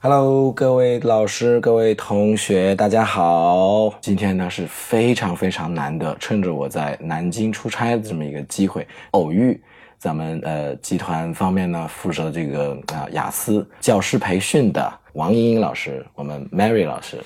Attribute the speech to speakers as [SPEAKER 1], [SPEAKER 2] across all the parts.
[SPEAKER 1] Hello，各位老师、各位同学，大家好！今天呢是非常非常难得，趁着我在南京出差的这么一个机会，偶遇咱们呃集团方面呢负责这个啊、呃雅思教师培训的王莹莹老师，我们 Mary 老师。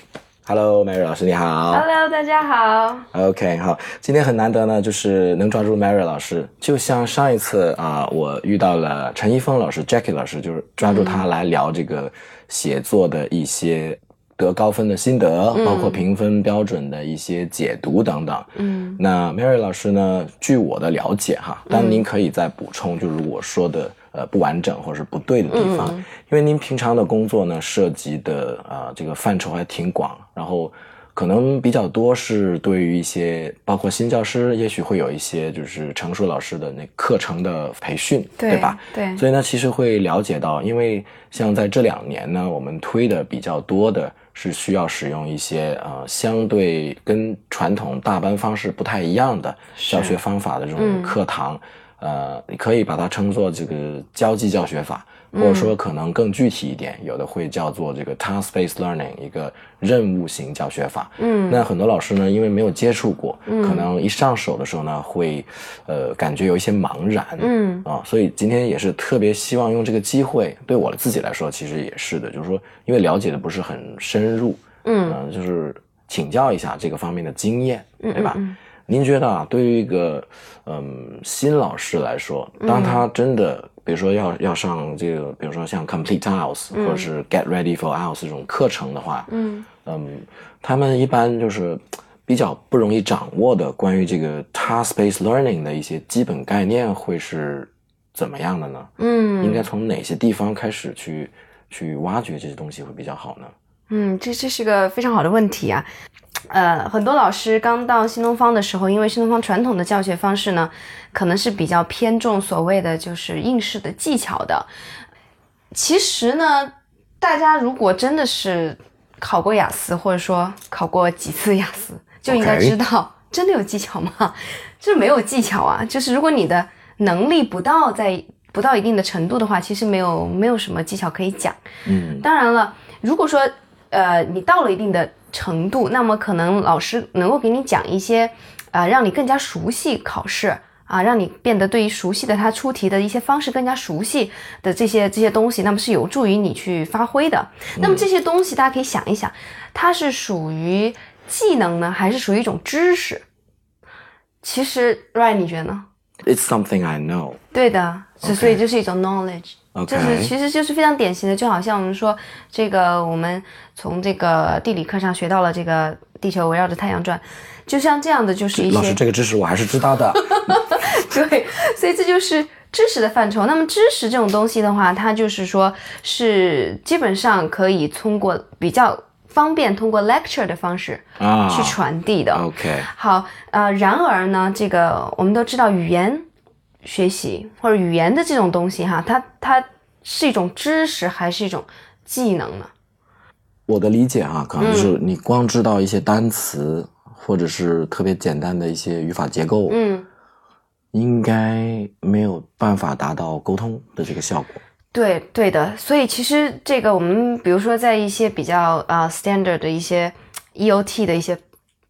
[SPEAKER 1] Hello，Mary 老师，你好。
[SPEAKER 2] Hello，大家好。
[SPEAKER 1] OK，好，今天很难得呢，就是能抓住 Mary 老师，就像上一次啊、我遇到了陈一峰老师、Jackie 老师，就是抓住他来聊这个写作的一些得高分的心得，
[SPEAKER 2] 嗯
[SPEAKER 1] 包括评分标准的一些解读等等。
[SPEAKER 2] 嗯
[SPEAKER 1] 那 Mary 老师呢？据我的了解哈，但您可以再补充，就是我说的呃不完整或者是不对的地
[SPEAKER 2] 嗯
[SPEAKER 1] 方，因为您平常的工作呢涉及的呃这个范畴还挺广，然后可能比较多是对于一些包括新教师，也许会有一些就是成熟老师的那课程的培训，
[SPEAKER 2] 对
[SPEAKER 1] 吧？
[SPEAKER 2] 对，
[SPEAKER 1] 所以呢，其实会了解到，因为像在这两年呢，我们推的比较多的是需要使用一些呃相对跟传统大班方式不太一样的
[SPEAKER 2] 是
[SPEAKER 1] 教学方法的这种
[SPEAKER 2] 嗯
[SPEAKER 1] 课堂，呃，你可以把它称作这个交际教学法，
[SPEAKER 2] 嗯
[SPEAKER 1] 或者说可能更具体一点，有的会叫做这个 task-based learning，一个任务型教学法。
[SPEAKER 2] 嗯
[SPEAKER 1] 那很多老师呢，因为没有接触过，
[SPEAKER 2] 嗯
[SPEAKER 1] 可能一上手的时候呢，会呃感觉有一些茫然，
[SPEAKER 2] 嗯
[SPEAKER 1] 啊，所以今天也是特别希望用这个机会，对我自己来说，其实也是的，就是说，因为了解的不是很深入，嗯、
[SPEAKER 2] 嗯
[SPEAKER 1] 就是请教一下这个方面的经验，
[SPEAKER 2] 嗯，
[SPEAKER 1] 对吧？
[SPEAKER 2] 嗯？
[SPEAKER 1] 您觉得啊，对于一个嗯新老师来说，
[SPEAKER 2] 嗯
[SPEAKER 1] 当他真的、比如说要要上这个，比如说像 Complete House、或者是 Get Ready for House 这种课程的话，
[SPEAKER 2] 嗯
[SPEAKER 1] 嗯，他们一般就是比较不容易掌握的关于这个 task-based learning 的一些基本概念会是怎么样的呢？
[SPEAKER 2] 嗯，
[SPEAKER 1] 应该从哪些地方开始去去挖掘这些东西会比较好呢？
[SPEAKER 2] 嗯，这这是个非常好的问题啊。呃，很多老师刚到新东方的时候，因为新东方传统的教学方式呢，可能是比较偏重所谓的就是应试的技巧的。其实呢，大家如果真的是考过雅思，或者说考过几次雅思，就应该
[SPEAKER 1] OK
[SPEAKER 2] 知道 真的有技巧吗？ 这没有技巧啊，就是如果你的能力不到在不到一定的程度的话，其实没有没有什么技巧可以讲。
[SPEAKER 1] 嗯
[SPEAKER 2] 当然了，如果说呃你到了一定的程度，那么可能老师能够给你讲一些呃让你更加熟悉考试啊，让你变得对于熟悉的他出题的一些方式更加熟悉的这些这些东西，那么是有助于你去发挥的。那么这些东西大家可以想一想，它是属于技能呢，还是属于一种知识？其实 Ryan 你觉得呢？
[SPEAKER 1] ，It's something I know。
[SPEAKER 2] 对的，所
[SPEAKER 1] OK
[SPEAKER 2] 所以就是一种 knowledge。
[SPEAKER 1] OK，
[SPEAKER 2] 就是其实就是非常典型的，就好像我们说这个，我们从这个地理课上学到了这个地球围绕着太阳转，就像这样的就是一
[SPEAKER 1] 老师
[SPEAKER 2] 些
[SPEAKER 1] 这个知识我还是知道 的。
[SPEAKER 2] 对，所以这就是知识的范畴。那么知识这种东西的话，它就是说是基本上可以通过比较方便通过 lecture 的方式
[SPEAKER 1] 啊
[SPEAKER 2] 去传递的。
[SPEAKER 1] OK，
[SPEAKER 2] 好，呃，然而呢，这个我们都知道，语言学习或者语言的这种东西哈，它它是一种知识还是一种技能呢？
[SPEAKER 1] 我的理解啊，可能
[SPEAKER 2] 嗯
[SPEAKER 1] 就是你光知道一些单词，或者是特别简单的一些语法结构，
[SPEAKER 2] 嗯，
[SPEAKER 1] 应该没有办法达到沟通的这个效果。
[SPEAKER 2] 对对的。所以其实这个我们比如说在一些比较啊、呃 standard 的一些 EOT 的一些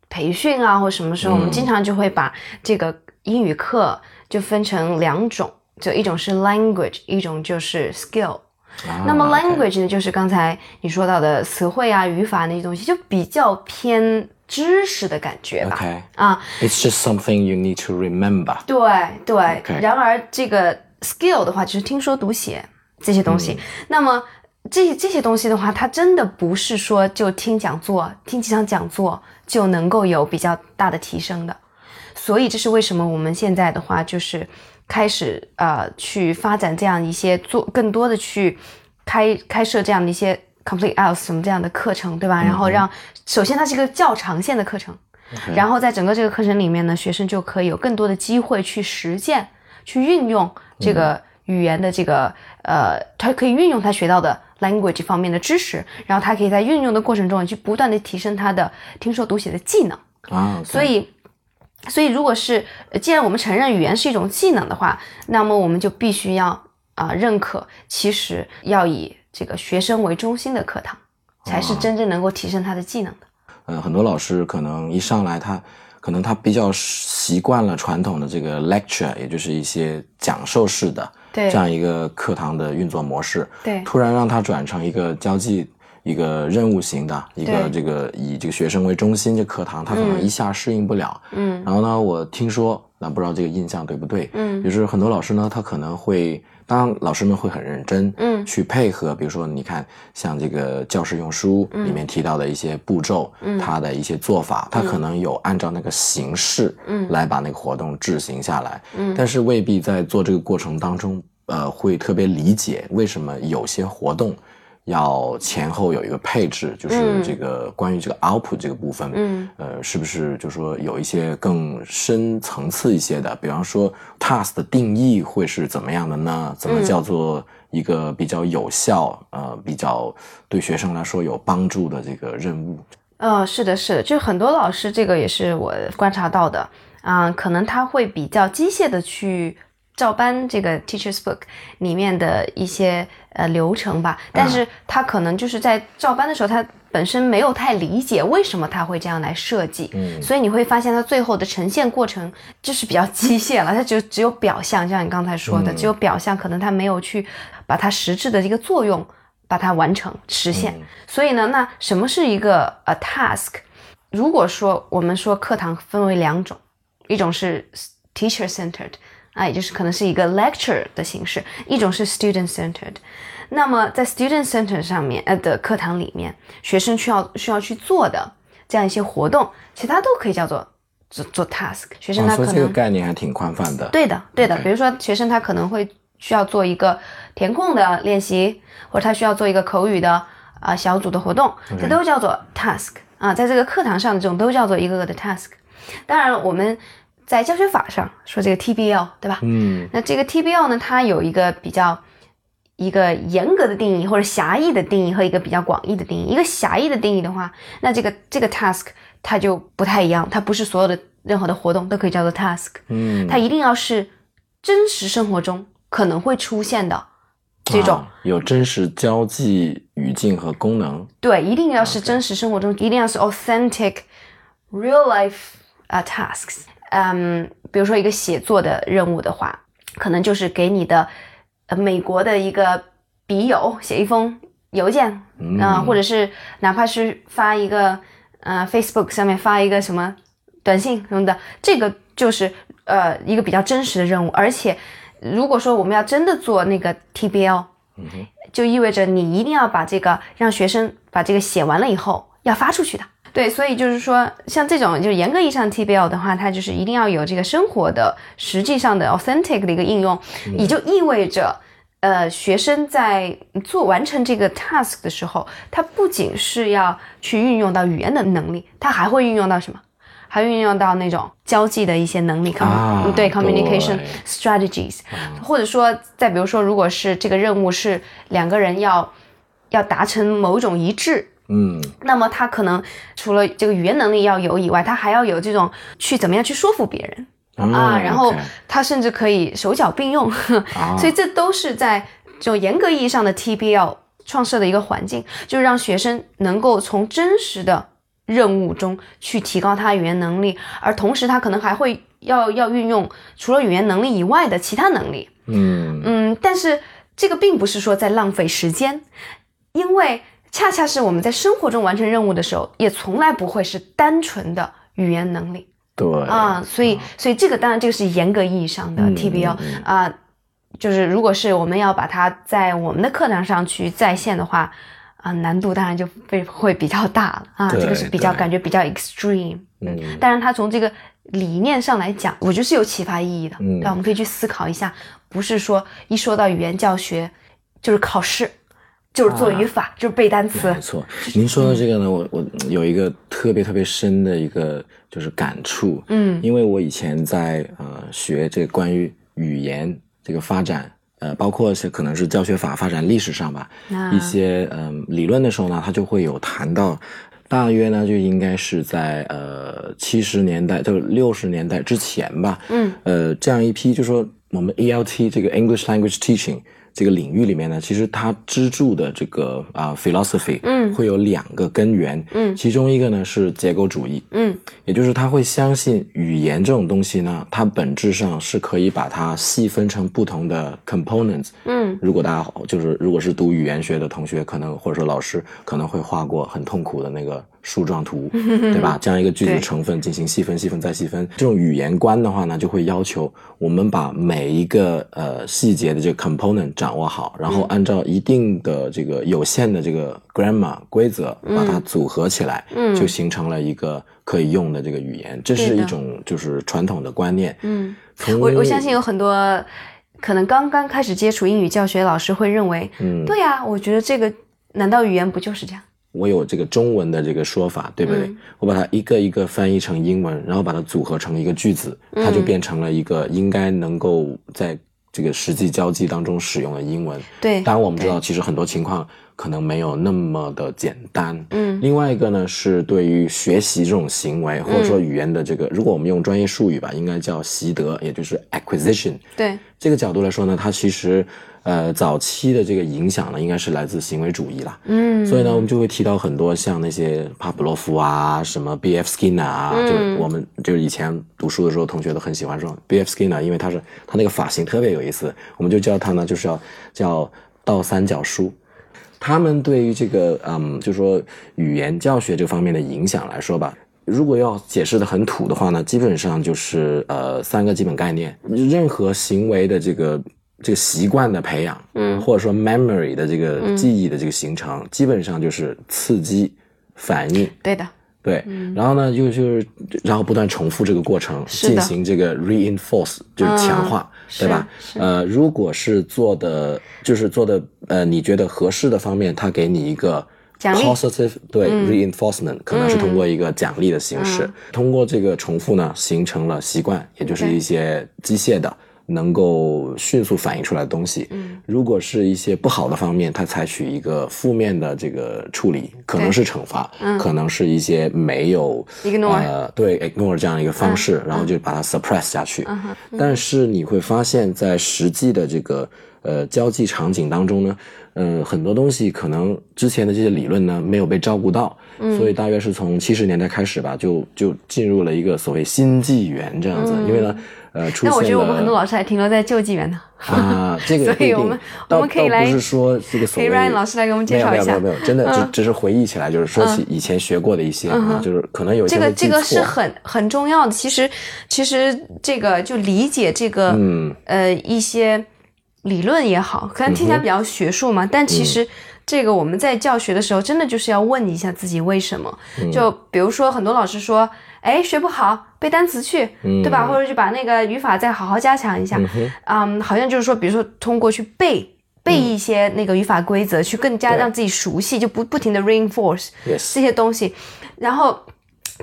[SPEAKER 2] 培训啊或什么时候，我们
[SPEAKER 1] 嗯
[SPEAKER 2] 经常就会把这个英语课就分成两种，就一种是 language，一种就是 skill。
[SPEAKER 1] 啊
[SPEAKER 2] 那么
[SPEAKER 1] OK
[SPEAKER 2] language 呢，就是刚才你说到的词汇啊、语法那些东西，就比较偏知识的感觉吧。
[SPEAKER 1] OK，
[SPEAKER 2] 啊，
[SPEAKER 1] It's just something you need to remember.
[SPEAKER 2] 对对。
[SPEAKER 1] OK
[SPEAKER 2] 然而这个 skill 的话，就是听说读写这些东西。那么这这些东西的话，它真的不是说就听讲座、听几场讲座就能够有比较大的提升的。所以这是为什么我们现在的话就是开始呃去发展这样一些做更多的去开开设这样的一些 complete hours 什么这样的课程，对吧？然后让首先它是一个较长线的课程
[SPEAKER 1] OK
[SPEAKER 2] 然后在整个这个课程里面呢，学生就可以有更多的机会去实践、去运用这个
[SPEAKER 1] 嗯
[SPEAKER 2] 语言的这个、呃，他可以运用他学到的 language 方面的知识，然后他可以在运用的过程中去不断的提升他的听说读写的技能。
[SPEAKER 1] 啊，OK，
[SPEAKER 2] 所以，所以如果是呃既然我们承认语言是一呃种技能的话，那么我们就必须要啊、认可，其实要以这个学生为中心的课堂，才
[SPEAKER 1] 哦
[SPEAKER 2] 是真正能够提升他的技能的。
[SPEAKER 1] 嗯，很多老师可能一上来他，可能他比较习惯了传统的这个 lecture，也就是一些讲授式的
[SPEAKER 2] 对
[SPEAKER 1] 这样一个课堂的运作模式。
[SPEAKER 2] 对
[SPEAKER 1] 突然让他转成一个交际、一个任务型的一个
[SPEAKER 2] 对
[SPEAKER 1] 这个以这个学生为中心的课堂，他可能
[SPEAKER 2] 嗯
[SPEAKER 1] 一下适应不了。
[SPEAKER 2] 嗯
[SPEAKER 1] 然后呢，我听说，那不知道这个印象对不对，
[SPEAKER 2] 嗯
[SPEAKER 1] 就是很多老师呢，他可能会，当然老师们会很认真，
[SPEAKER 2] 嗯
[SPEAKER 1] 去配合，比如说你看像这个教师用书
[SPEAKER 2] 嗯
[SPEAKER 1] 里面提到的一些步骤，
[SPEAKER 2] 嗯
[SPEAKER 1] 它的一些做法，它可能有按照那个形式，
[SPEAKER 2] 嗯
[SPEAKER 1] 来把那个活动执行下来，
[SPEAKER 2] 嗯
[SPEAKER 1] 但是未必在做这个过程当中，呃，会特别理解为什么有些活动。要前后有一个配置，就是
[SPEAKER 2] 嗯
[SPEAKER 1] 这个关于这个 output 这个部分，
[SPEAKER 2] 嗯
[SPEAKER 1] 呃，是不是就说有一些更深层次一些的？比方说 task 的定义会是怎么样的呢？怎么
[SPEAKER 2] 嗯
[SPEAKER 1] 叫做一个比较有效、呃，比较对学生来说有帮助的这个任务？
[SPEAKER 2] 呃，是的，是的，就很多老师这个也是我观察到的，啊、可能他会比较机械的去照搬这个 Teachers Book 里面的一些呃流程吧，
[SPEAKER 1] 嗯
[SPEAKER 2] 但是他可能就是在照搬的时候，他本身没有太理解为什么他会这样来设计，
[SPEAKER 1] 嗯
[SPEAKER 2] 所以你会发现它最后的呈现过程就是比较机械了，它就只有表象，就像你刚才说的，
[SPEAKER 1] 嗯
[SPEAKER 2] 只有表象，可能它没有去把它实质的一个作用把它完成实现。
[SPEAKER 1] 嗯
[SPEAKER 2] 所以呢，那什么是一个呃 task？如果说我们说课堂分为两种，一种是 teacher centered 啊，也就是可能是一个 lecture 的形式；一种是 student centered。那么在 student center 上面呃的课堂里面，学生需要需要去做的这样一些活动，其他都可以叫做做做 task。学生
[SPEAKER 1] 哦
[SPEAKER 2] 他
[SPEAKER 1] 所以
[SPEAKER 2] 可
[SPEAKER 1] 这个
[SPEAKER 2] 能、
[SPEAKER 1] 概念还挺宽泛的。
[SPEAKER 2] 对的对的，
[SPEAKER 1] OK
[SPEAKER 2] 比如说学生他可能会需要做一个填空的练习，或者他需要做一个口语的啊、呃小组的活动，这
[SPEAKER 1] OK
[SPEAKER 2] 都叫做 task 啊，在这个课堂上的这种都叫做一个个的 task。当然，我们在教学法上说这个 TBL 对吧？
[SPEAKER 1] 嗯
[SPEAKER 2] 那这个 TBL 呢，它有一个比较一个严格的定义，或者狭义的定义和一个比较广义的定义。一个狭义的定义的话，那这个这个 task 它就不太一样，它不是所有的任何的活动都可以叫做 task，
[SPEAKER 1] 嗯，
[SPEAKER 2] 它一定要是真实生活中可能会出现的这种。
[SPEAKER 1] 啊有真实交际语境和功能。
[SPEAKER 2] 对，一定要是真实生活中一定要是 authentic real life 啊、tasks。嗯，比如说一个写作的任务的话，可能就是给你的呃美国的一个笔友写一封邮件，
[SPEAKER 1] 嗯，
[SPEAKER 2] 啊、或者是哪怕是发一个呃 Facebook 上面发一个什么短信什么的，这个就是呃一个比较真实的任务。而且如果说我们要真的做那个 TBL，、
[SPEAKER 1] 嗯哼
[SPEAKER 2] 就意味着你一定要把这个让学生把这个写完了以后要发出去的。对，所以就是说，像这种就是严格意义上 TBL 的话，它就是一定要有这个生活的、实际上的 authentic 的一个应用，也就意味着，呃，学生在做完成这个 task 的时候，他不仅是要去运用到语言的能力，他还会运用到什么？还运用到那种交际的一些能力，可能、
[SPEAKER 1] 啊
[SPEAKER 2] 对 communication
[SPEAKER 1] 对
[SPEAKER 2] strategies，、或者说，再比如说，如果是这个任务是两个人要要达成某种一致，
[SPEAKER 1] 嗯，
[SPEAKER 2] 那么他可能除了这个语言能力要有以外，他还要有这种去怎么样去说服别人啊，然后
[SPEAKER 1] 嗯 OK
[SPEAKER 2] 他甚至可以手脚并用，
[SPEAKER 1] 啊
[SPEAKER 2] 所以这都是在这种严格意义上的 TBL 创设的一个环境，就是让学生能够从真实的任务中去提高他语言能力，而同时他可能还会要要运用除了语言能力以外的其他能力，
[SPEAKER 1] 嗯
[SPEAKER 2] 嗯，但是这个并不是说在浪费时间，因为恰恰是我们在生活中完成任务的时候，也从来不会是单纯的语言能力
[SPEAKER 1] 对
[SPEAKER 2] 啊、所以所以这个当然这个是严格意义上的
[SPEAKER 1] 嗯
[SPEAKER 2] TBL 啊、
[SPEAKER 1] 嗯
[SPEAKER 2] 就是如果是我们要把它在我们的课堂上去再现的话。啊，难度当然就被会比较大了啊，
[SPEAKER 1] 对
[SPEAKER 2] 这个是比较
[SPEAKER 1] 对
[SPEAKER 2] 感觉比较 extreme，
[SPEAKER 1] 嗯
[SPEAKER 2] 当然，它从这个理念上来讲，我觉得是有启发意义的。
[SPEAKER 1] 嗯
[SPEAKER 2] 对吧，我们可以去思考一下，不是说一说到语言教学就是考试，就是
[SPEAKER 1] 啊
[SPEAKER 2] 做语法，就是嗯背单词
[SPEAKER 1] 没。错，您说的这个呢，我我有一个特别特别深的一个就是感触，
[SPEAKER 2] 嗯
[SPEAKER 1] 因为我以前在呃学这个关于语言这个发展，呃，包括是可能是教学法发展历史上吧，
[SPEAKER 2] 啊
[SPEAKER 1] 一些嗯、理论的时候呢，它就会有谈到。大约呢，就应该是在呃七十年代，就六十年代之前吧。
[SPEAKER 2] 嗯
[SPEAKER 1] E 呃，这样一批，就说我们 ELT 这个 English Language Teaching，这个领域里面呢，其实它支柱的这个啊、呃 philosophy，
[SPEAKER 2] 嗯
[SPEAKER 1] 会有两个根源，
[SPEAKER 2] 嗯
[SPEAKER 1] 其中一个呢是结构主义，
[SPEAKER 2] 嗯
[SPEAKER 1] 也就是他会相信语言这种东西呢，它本质上是可以把它细分成不同的 components。
[SPEAKER 2] 嗯
[SPEAKER 1] 如果大家就是如果是读语言学的同学，可能或者说老师可能会画过很痛苦的那个树状 图，对吧？这样一个句
[SPEAKER 2] 对
[SPEAKER 1] 子成分进行细分、细分再细分。这种语言观的话呢，就会要求我们把每一个呃细节的这个 component 掌握好，然后按照一定的这个有限的这个 grammar 规则把它组合起来，
[SPEAKER 2] 嗯
[SPEAKER 1] 就形成了一个可以用的这个语言。这
[SPEAKER 2] 对
[SPEAKER 1] 是
[SPEAKER 2] 的
[SPEAKER 1] 一种就是传统的观念。
[SPEAKER 2] 嗯，
[SPEAKER 1] 从
[SPEAKER 2] 我我相信有很多可能刚刚开始接触英语教学老师会认为，
[SPEAKER 1] 嗯
[SPEAKER 2] 对呀、我觉得这个难道语言不就是这样？
[SPEAKER 1] 我有这个中文的这个说法，对不对？
[SPEAKER 2] 嗯
[SPEAKER 1] 我把它一个一个翻译成英文，然后把它组合成一个句子，它就
[SPEAKER 2] 嗯
[SPEAKER 1] 变成了一个应该能够在这个实际交际当中使用的英文。
[SPEAKER 2] 对，
[SPEAKER 1] 当然，我们知
[SPEAKER 2] 对
[SPEAKER 1] 道，其实很多情况可能没有那么的简单。
[SPEAKER 2] 嗯
[SPEAKER 1] 另外一个呢，是对于学习这种行为，或者说语言的这个，如果我们用专业术语吧，应该叫习得，也就是 acquisition。
[SPEAKER 2] 对，
[SPEAKER 1] 这个角度来说呢，它其实，呃，早期的这个影响呢，应该是来自行为主义啦。
[SPEAKER 2] 嗯，
[SPEAKER 1] 所以呢，我们就会提到很多像那些帕普洛夫啊，什么 B.F. Skinner 啊，
[SPEAKER 2] 嗯
[SPEAKER 1] 就是我们就是以前读书的时候，同学都很喜欢说 B.F. Skinner，因为他是他那个发型特别有意思，我们就叫他呢，就是要叫倒三角梳。他们对于这个嗯，就说语言教学这方面的影响来说吧。如果要解释的很土的话呢，基本上就是呃三个基本概念，任何行为的这个这个习惯的培养，
[SPEAKER 2] 嗯
[SPEAKER 1] 或者说 memory 的这个
[SPEAKER 2] 嗯
[SPEAKER 1] 记忆的这个形成，基本上就是刺激、反应，
[SPEAKER 2] 对的，
[SPEAKER 1] 对，然后呢，就就是然后不断重复这个过程，
[SPEAKER 2] 嗯是的嗯
[SPEAKER 1] 进行这个 reinforce 就是强化，对吧？
[SPEAKER 2] 是
[SPEAKER 1] 呃，如果是做的就是做的呃，你觉得合适的方面，它给你一个
[SPEAKER 2] 奖励
[SPEAKER 1] positive 对、
[SPEAKER 2] 嗯
[SPEAKER 1] reinforcement，可能是通过一个奖励的形式，
[SPEAKER 2] 嗯
[SPEAKER 1] 通过这个重复呢，形成了习惯，也就是
[SPEAKER 2] 对
[SPEAKER 1] 一些机械的。能够迅速反映出来的东西，
[SPEAKER 2] 嗯
[SPEAKER 1] 如果是一些不好的方面，它采取一个负面的这个处理，可能
[SPEAKER 2] 对
[SPEAKER 1] 是惩罚，
[SPEAKER 2] 嗯
[SPEAKER 1] 可能是一些没有
[SPEAKER 2] Ignore
[SPEAKER 1] 呃对 ignore 这样一个方式，
[SPEAKER 2] 嗯
[SPEAKER 1] 然后就把它 suppress 下去。
[SPEAKER 2] 嗯哼，
[SPEAKER 1] 但是你会发现在实际的这个呃交际场景当中呢，嗯，很多东西可能之前的这些理论呢没有被照顾到，
[SPEAKER 2] 嗯
[SPEAKER 1] 所以大约是从七十年代开始吧，就就进入了一个所谓新纪元这样子，
[SPEAKER 2] 嗯
[SPEAKER 1] 因为呢，呃，出现
[SPEAKER 2] 那
[SPEAKER 1] 了
[SPEAKER 2] 我觉得我们很多老师还停留在旧纪元呢。
[SPEAKER 1] 啊，这个也不一
[SPEAKER 2] 所以我
[SPEAKER 1] 定
[SPEAKER 2] 们
[SPEAKER 1] 倒
[SPEAKER 2] 我们可以
[SPEAKER 1] 倒
[SPEAKER 2] 来
[SPEAKER 1] 不是说这个所
[SPEAKER 2] 可以
[SPEAKER 1] 谓
[SPEAKER 2] Ryan 老师来给我们介绍一
[SPEAKER 1] 没
[SPEAKER 2] 下
[SPEAKER 1] 有没有没有没有，真的
[SPEAKER 2] 嗯
[SPEAKER 1] 只只是回忆起来，就是说起以前学过的一些
[SPEAKER 2] 嗯
[SPEAKER 1] 啊
[SPEAKER 2] 哼，
[SPEAKER 1] 就是可能有一些
[SPEAKER 2] 这个
[SPEAKER 1] 会记
[SPEAKER 2] 这个是
[SPEAKER 1] 错
[SPEAKER 2] 很很重要的。其实其实这个就理解这个、
[SPEAKER 1] 嗯
[SPEAKER 2] 呃一些理论也好，可能听起来比较学术嘛，但
[SPEAKER 1] 嗯
[SPEAKER 2] 其实这个我们在教学的时候，真的就是要问一下自己为什么。
[SPEAKER 1] 嗯
[SPEAKER 2] 就比如说很多老师说，哎，学不好背单词去，对吧？或者就把那个语法再好好加强一下。
[SPEAKER 1] 嗯哼嗯
[SPEAKER 2] 嗯，好像就是说，比如说通过去背。背一些那个语法规则，去更加
[SPEAKER 1] 对
[SPEAKER 2] 让自己熟悉，就不不停的 reinforce。
[SPEAKER 1] yes
[SPEAKER 2] 这些东西，然后，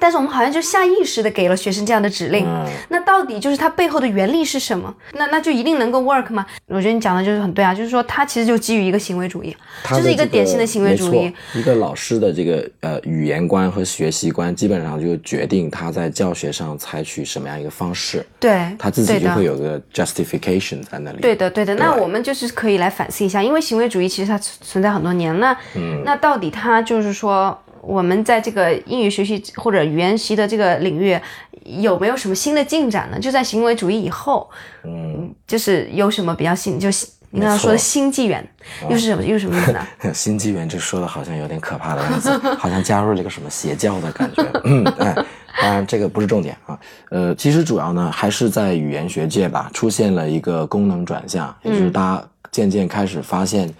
[SPEAKER 2] 但是我们好像就下意识的给了学生这样的指令。
[SPEAKER 1] 嗯
[SPEAKER 2] 那到底就是它背后的原理是什么？那那就一定能够 work 吗？我觉得你讲的就是很对啊，就是说它其实就基于一个行为主义，
[SPEAKER 1] 他
[SPEAKER 2] 就
[SPEAKER 1] 的
[SPEAKER 2] 是一
[SPEAKER 1] 这
[SPEAKER 2] 个典型的行为主义
[SPEAKER 1] 没。错一个老师的这个呃语言观和学习观，基本上就决定他在教学上采取什么样一个方式，
[SPEAKER 2] 对，
[SPEAKER 1] 他自己
[SPEAKER 2] 对
[SPEAKER 1] 就
[SPEAKER 2] 的
[SPEAKER 1] 会有个 justification 在那里。
[SPEAKER 2] 对的，对的。那
[SPEAKER 1] 对
[SPEAKER 2] 我们就是可以来反思一下，因为行为主义其实它存存在很多年。那、
[SPEAKER 1] 嗯
[SPEAKER 2] 那到底它就是说，我们在这个英语学习或者语言习的这个领域有没有什么新的进展呢？就在行为主义以后，嗯，就是有什么比较新，就是你刚刚说的
[SPEAKER 1] 没错啊
[SPEAKER 2] 新纪元，又是什么又是什么 呢？
[SPEAKER 1] 新纪元这说的好像有点可怕的样子，好像加入了一个什么邪教的感觉。 嗯，哎，当然这个不是重点啊。呃，其实主要呢还是在语言学界吧，出现了一个功能转向，也就是大家渐渐开始发现，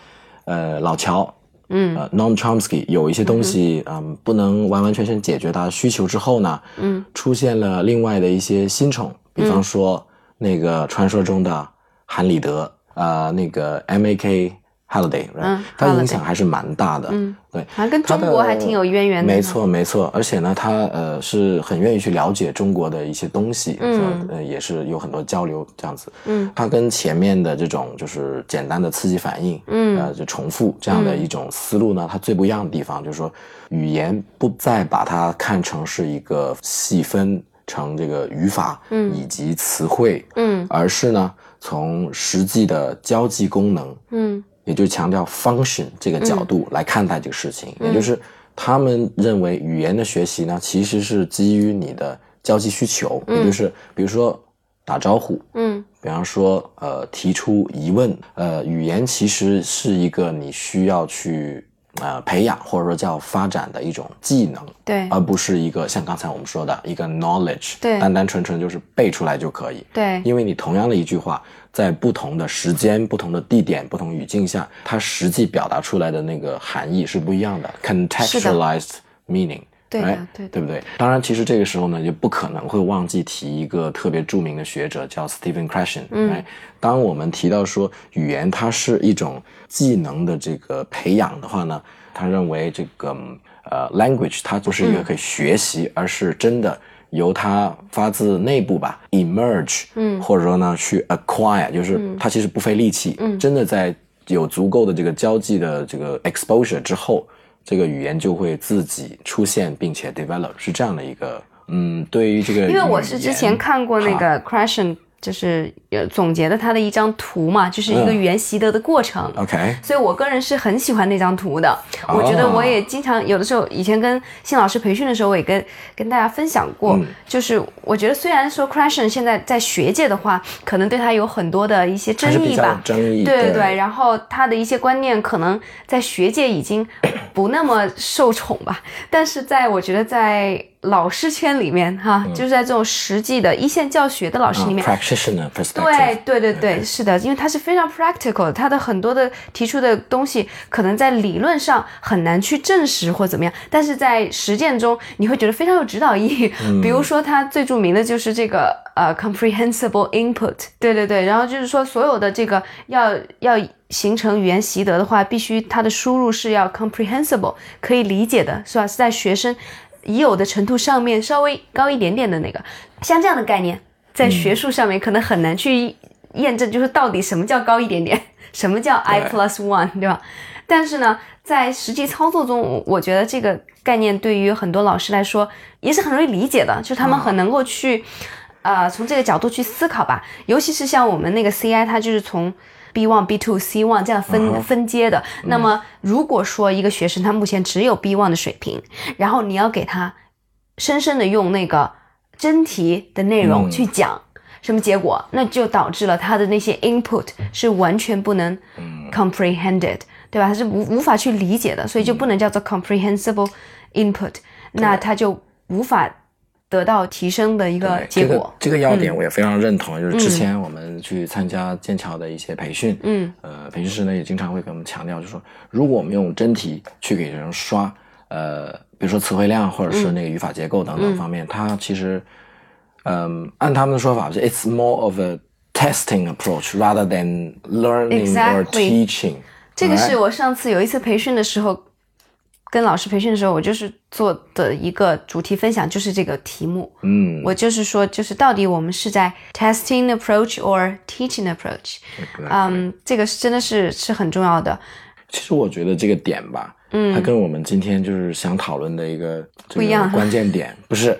[SPEAKER 1] 呃，老乔。
[SPEAKER 2] 嗯
[SPEAKER 1] 呃，Noam Chomsky 有一些东西，嗯不能完完全全解决它的需求之后呢，
[SPEAKER 2] 嗯，
[SPEAKER 1] 出现了另外的一些新宠，比方说那个传说中的韩里德，呃，那个 M A K Holiday，
[SPEAKER 2] 嗯
[SPEAKER 1] 它的
[SPEAKER 2] Halliday
[SPEAKER 1] 影响还是蛮大的，
[SPEAKER 2] 嗯，
[SPEAKER 1] 对。
[SPEAKER 2] 好像跟
[SPEAKER 1] 它
[SPEAKER 2] 中
[SPEAKER 1] 的
[SPEAKER 2] 国还挺有渊源的。
[SPEAKER 1] 没，错，没错，而且呢，他呃是很愿意去了解中国的一些东西，
[SPEAKER 2] 嗯
[SPEAKER 1] 是吧呃，也是有很多交流这样子。
[SPEAKER 2] 嗯
[SPEAKER 1] 它跟前面的这种就是简单的刺激反应，
[SPEAKER 2] 嗯
[SPEAKER 1] 呃，就重复这样的
[SPEAKER 2] 嗯
[SPEAKER 1] 一种思路呢，它最不一样的地方就是说，语言不再把它看成是一个细分成这个语法，
[SPEAKER 2] 嗯
[SPEAKER 1] 以及词汇，
[SPEAKER 2] 嗯
[SPEAKER 1] 而是呢，从实际的交际功能，
[SPEAKER 2] 嗯
[SPEAKER 1] 也就强调 function 这个角度来看待这个事
[SPEAKER 2] 嗯
[SPEAKER 1] 情，也就是他们认为语言的学习呢，其实是基于你的交际需求，也就是比如说打招呼，
[SPEAKER 2] 嗯
[SPEAKER 1] 比方说呃提出疑问，呃语言其实是一个你需要去呃培养或者说叫发展的一种技能，
[SPEAKER 2] 对
[SPEAKER 1] 而不是一个像刚才我们说的一个 knowledge，
[SPEAKER 2] 对
[SPEAKER 1] 单单纯纯就是背出来就可以，
[SPEAKER 2] 对
[SPEAKER 1] 因为你同样的一句话，在不同的时间、不同的地点、不同语境下，它实际表达出来的那个含义是不一样的，contextualized meaning。
[SPEAKER 2] 对的
[SPEAKER 1] right？
[SPEAKER 2] 对的
[SPEAKER 1] 对不对？当然，其实这个时候呢，就不可能会忘记提一个特别著名的学者，叫 Stephen Krashen。
[SPEAKER 2] 嗯
[SPEAKER 1] 哎，当我们提到说语言它是一种技能的这个培养的话呢，他认为这个嗯呃 language 它不是一个可以学习，
[SPEAKER 2] 嗯
[SPEAKER 1] 而是真的由它发自内部吧 emerge，
[SPEAKER 2] 嗯
[SPEAKER 1] 或者说呢去 acquire，就是它其实不费力气，
[SPEAKER 2] 嗯
[SPEAKER 1] 真的在有足够的这个交际的这个 exposure 之后，这个语言就会自己出现并且 develop，是这样的一个嗯，对于这个
[SPEAKER 2] 因为我是之前
[SPEAKER 1] 语言
[SPEAKER 2] 看过那
[SPEAKER 1] 好
[SPEAKER 2] 个 Crashen，就是有总结的他的一张图嘛，就是一个
[SPEAKER 1] 嗯
[SPEAKER 2] 语言习得的过程。
[SPEAKER 1] OK
[SPEAKER 2] 所以我个人是很喜欢那张图的。我觉得
[SPEAKER 1] 哦
[SPEAKER 2] 我也经常有的时候，以前跟辛老师培训的时候，我也跟跟大家分享过，
[SPEAKER 1] 嗯
[SPEAKER 2] 就是我觉得虽然说 Crashen 现在在学界的话，可能对他有很多的一些争
[SPEAKER 1] 还是比
[SPEAKER 2] 议
[SPEAKER 1] 较有
[SPEAKER 2] 吧。
[SPEAKER 1] 争议，
[SPEAKER 2] 对对对，然后他的一些观念可能在学界已经不那么受宠吧，但是在我觉得在老师圈里面哈，就是在这种实际的一线教学的老师里面，
[SPEAKER 1] p r a c t i t i o n e r perspective，
[SPEAKER 2] 对对对对，是的，因为它是非常 practical，的它的很多的提出的东西，可能在理论上很难去证实或怎么样，但是在实践中，你会觉得非常有指导意义。比如说，它最著名的就是这个呃 comprehensible input，对对对，然后就是说所有的这个要要。形成语言习得的话，必须它的输入是要 comprehensible，可以理解的，是吧？是在学生已有的程度上面稍微高一点点的那个，像这样的概念，在学术上面可能很难去验证，就是到底什么叫高一点点，什么叫 i
[SPEAKER 1] 对
[SPEAKER 2] plus one，对吧？但是呢，在实际操作中，我我觉得这个概念对于很多老师来说也是很容易理解的，就是他们很能够去，呃，从这个角度去思考吧。尤其是像我们那个 CI，它就是从 B one、B two、C one 这样分、分阶的。那么，如果说一个学生他目前只有 B one 的水平，然后你要给他深深的用那个真题的内容
[SPEAKER 1] 嗯
[SPEAKER 2] 去讲什么结果，那就导致了他的那些 input 是完全不能 comprehended，对吧？他是无无法去理解的，所以就不能叫做 comprehensible input，那他就无法得到提升的一个
[SPEAKER 1] 对
[SPEAKER 2] 结
[SPEAKER 1] 这
[SPEAKER 2] 果嗯
[SPEAKER 1] 个。这个要点我也非常认同，就是之前我们去参加剑桥的一些培训，
[SPEAKER 2] 嗯，
[SPEAKER 1] 呃，培训师呢也经常会给我们强调，就是说，如果我们用真题去给人刷，呃，比如说词汇量或者
[SPEAKER 2] 嗯
[SPEAKER 1] 是那个语法结构等等方面，它其实，嗯、按他们的说法，就是 it's more of a testing approach rather than learning or
[SPEAKER 2] Exactly
[SPEAKER 1] teaching。
[SPEAKER 2] 这个是
[SPEAKER 1] Alright？
[SPEAKER 2] 我上次有一次培训的时候，跟老师培训的时候，我就是做的一个主题分享，就是这个题目。
[SPEAKER 1] 嗯，
[SPEAKER 2] 我就是说，就是到底我们是在 testing approach or teaching approach？嗯，这个是真的是是很重要的。
[SPEAKER 1] 其实我觉得这个点吧，
[SPEAKER 2] 嗯
[SPEAKER 1] 它跟我们今天就是想讨论的一个
[SPEAKER 2] 不
[SPEAKER 1] 这
[SPEAKER 2] 一
[SPEAKER 1] 个
[SPEAKER 2] 样
[SPEAKER 1] 关键 点，不是，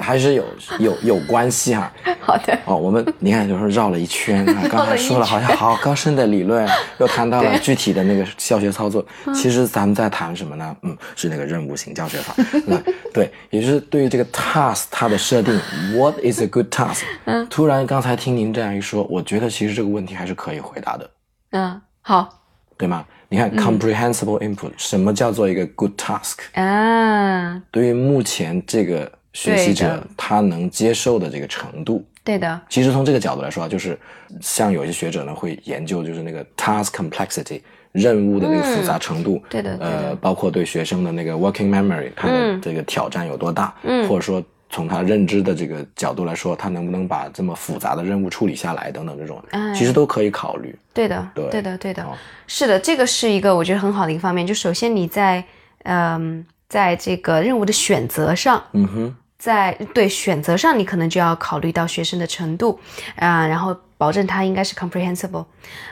[SPEAKER 1] 还是有有有关系哈。
[SPEAKER 2] 好的，
[SPEAKER 1] 哦，我们你看，就是绕了一圈啊，刚才说了好像好高深的理 论，又谈到了具体的那个教学操作。其实咱们在谈什么呢？嗯，是那个任务型教学法。 那对，也就是对于这个 task 它的设定，what is a good task？嗯，突然刚才听您这样一说，我觉得其实这个问题还是可以回答的，
[SPEAKER 2] 嗯，好
[SPEAKER 1] 对吗？你看 comprehensible input，什么叫做一个 good task？
[SPEAKER 2] 啊，
[SPEAKER 1] 对于目前这个学习
[SPEAKER 2] 对
[SPEAKER 1] 者
[SPEAKER 2] 的
[SPEAKER 1] 他能接受的这个程度，
[SPEAKER 2] 对的，
[SPEAKER 1] 其实从这个角度来说啊，就是像有一些学者呢会研究，就是那个 task complexity 任务的那个复杂程度，
[SPEAKER 2] 嗯对的对的
[SPEAKER 1] 呃，包括对学生的那个 working memory，他的
[SPEAKER 2] 嗯
[SPEAKER 1] 这个挑战有多大，
[SPEAKER 2] 嗯
[SPEAKER 1] 或者说从他认知的这个角度来说，他能不能把这么复杂的任务处理下来等等这种，
[SPEAKER 2] 哎
[SPEAKER 1] 其实都可以考虑。
[SPEAKER 2] 对的，
[SPEAKER 1] 对
[SPEAKER 2] 对的，对的。
[SPEAKER 1] 哦
[SPEAKER 2] 是的，这个是一个我觉得很好的一个方面。就首先你在嗯，在这个任务的选择上，
[SPEAKER 1] 嗯哼，
[SPEAKER 2] 在对选择上，你可能就要考虑到学生的程度啊、然后保证他应该是 comprehensible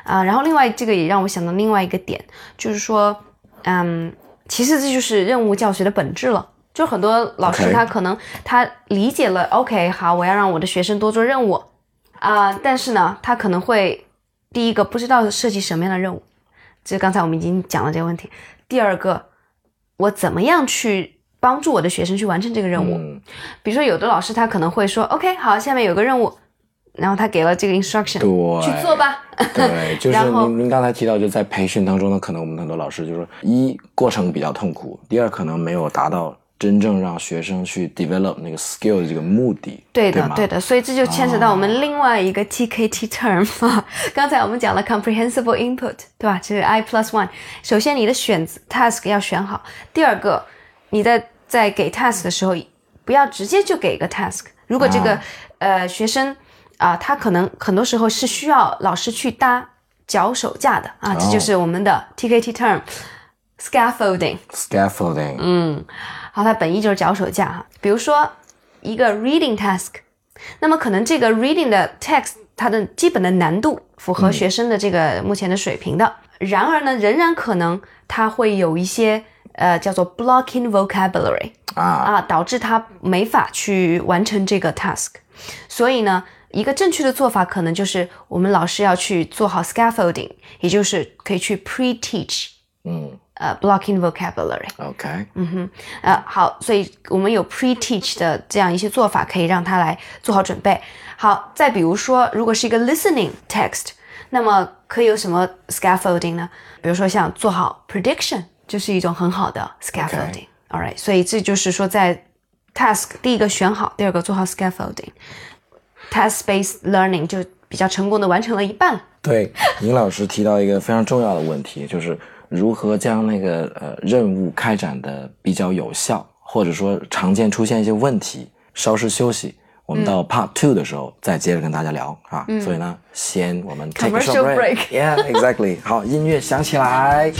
[SPEAKER 2] 啊、然后另外这个也让我想到另外一个点，就是说，嗯，其实这就是任务教学的本质了。就很多老师
[SPEAKER 1] OK
[SPEAKER 2] 他可能他理解了 o k 好，我要让我的学生多做任务啊、但是呢，他可能会第一个不知道设计什么样的任务，这刚才我们已经讲了这个问题。第二个，我怎么样去帮助我的学生去完成这个任务？
[SPEAKER 1] 嗯
[SPEAKER 2] 比如说，有的老师他可能会说，OK，好，下面有个任务，然后他给了这个 instruction，
[SPEAKER 1] 对，
[SPEAKER 2] 去做吧。
[SPEAKER 1] 对，就是
[SPEAKER 2] 然后
[SPEAKER 1] 您您刚才提到，就在培训当中呢，可能我们很多老师就是一过程比较痛苦，第二可能没有达到真正让学生去 develop 那个 skill 的这个目的，
[SPEAKER 2] 对
[SPEAKER 1] 对
[SPEAKER 2] 的，对
[SPEAKER 1] 吗哦
[SPEAKER 2] 的，所以这就牵扯到我们另外一个 TKT term 了。 刚才我们讲了 comprehensible input，对吧？这是 I plus one。首先，你的选择 task 要选好。第二个，你在在给 task 的时候，不要直接就给一个 task。如果这个、
[SPEAKER 1] 啊
[SPEAKER 2] 呃学生啊、他可能很多时候是需要老师去搭脚手架的啊，这
[SPEAKER 1] 哦
[SPEAKER 2] 就是我们的 TKT term scaffolding。
[SPEAKER 1] scaffolding，嗯
[SPEAKER 2] 嗯，好，它本意就是脚手架哈。比如说一个 reading task，那么可能这个 reading 的 text 它的基本的难度符合学生的这个目前的水平的，然而呢，仍然可能它会有一些呃叫做 blocking vocabulary，
[SPEAKER 1] 啊，
[SPEAKER 2] 啊，导致他没法去完成这个 task。所以呢，一个正确的做法可能就是我们老师要去做好 scaffolding，也就是可以去 pre teach
[SPEAKER 1] 嗯
[SPEAKER 2] 呃 blocking vocabulary。
[SPEAKER 1] ，OK，
[SPEAKER 2] 嗯哼，呃，好，所以我们有 pre teach 的这样一些做法，可以让他来做好准备。好，再比如说，如果是一个 listening text，那么可以有什么 scaffolding 呢？比如说像做好 prediction，就是一种很好的 scaffolding。All right，所以这就是说在 task 第一个选好，第二个做好 scaffolding。Task based learning 就比较成功的完成了一半了。
[SPEAKER 1] 对，尹老师提到一个非常重要的问题，就是如何将那个呃任务开展的比较有效，或者说常见出现一些问题，稍事休息。我们到 Part Two 的时候再接着跟大家聊啊，所以呢，先我们 take a short
[SPEAKER 2] Commercial
[SPEAKER 1] break，yeah，exactly。好，音乐响起来。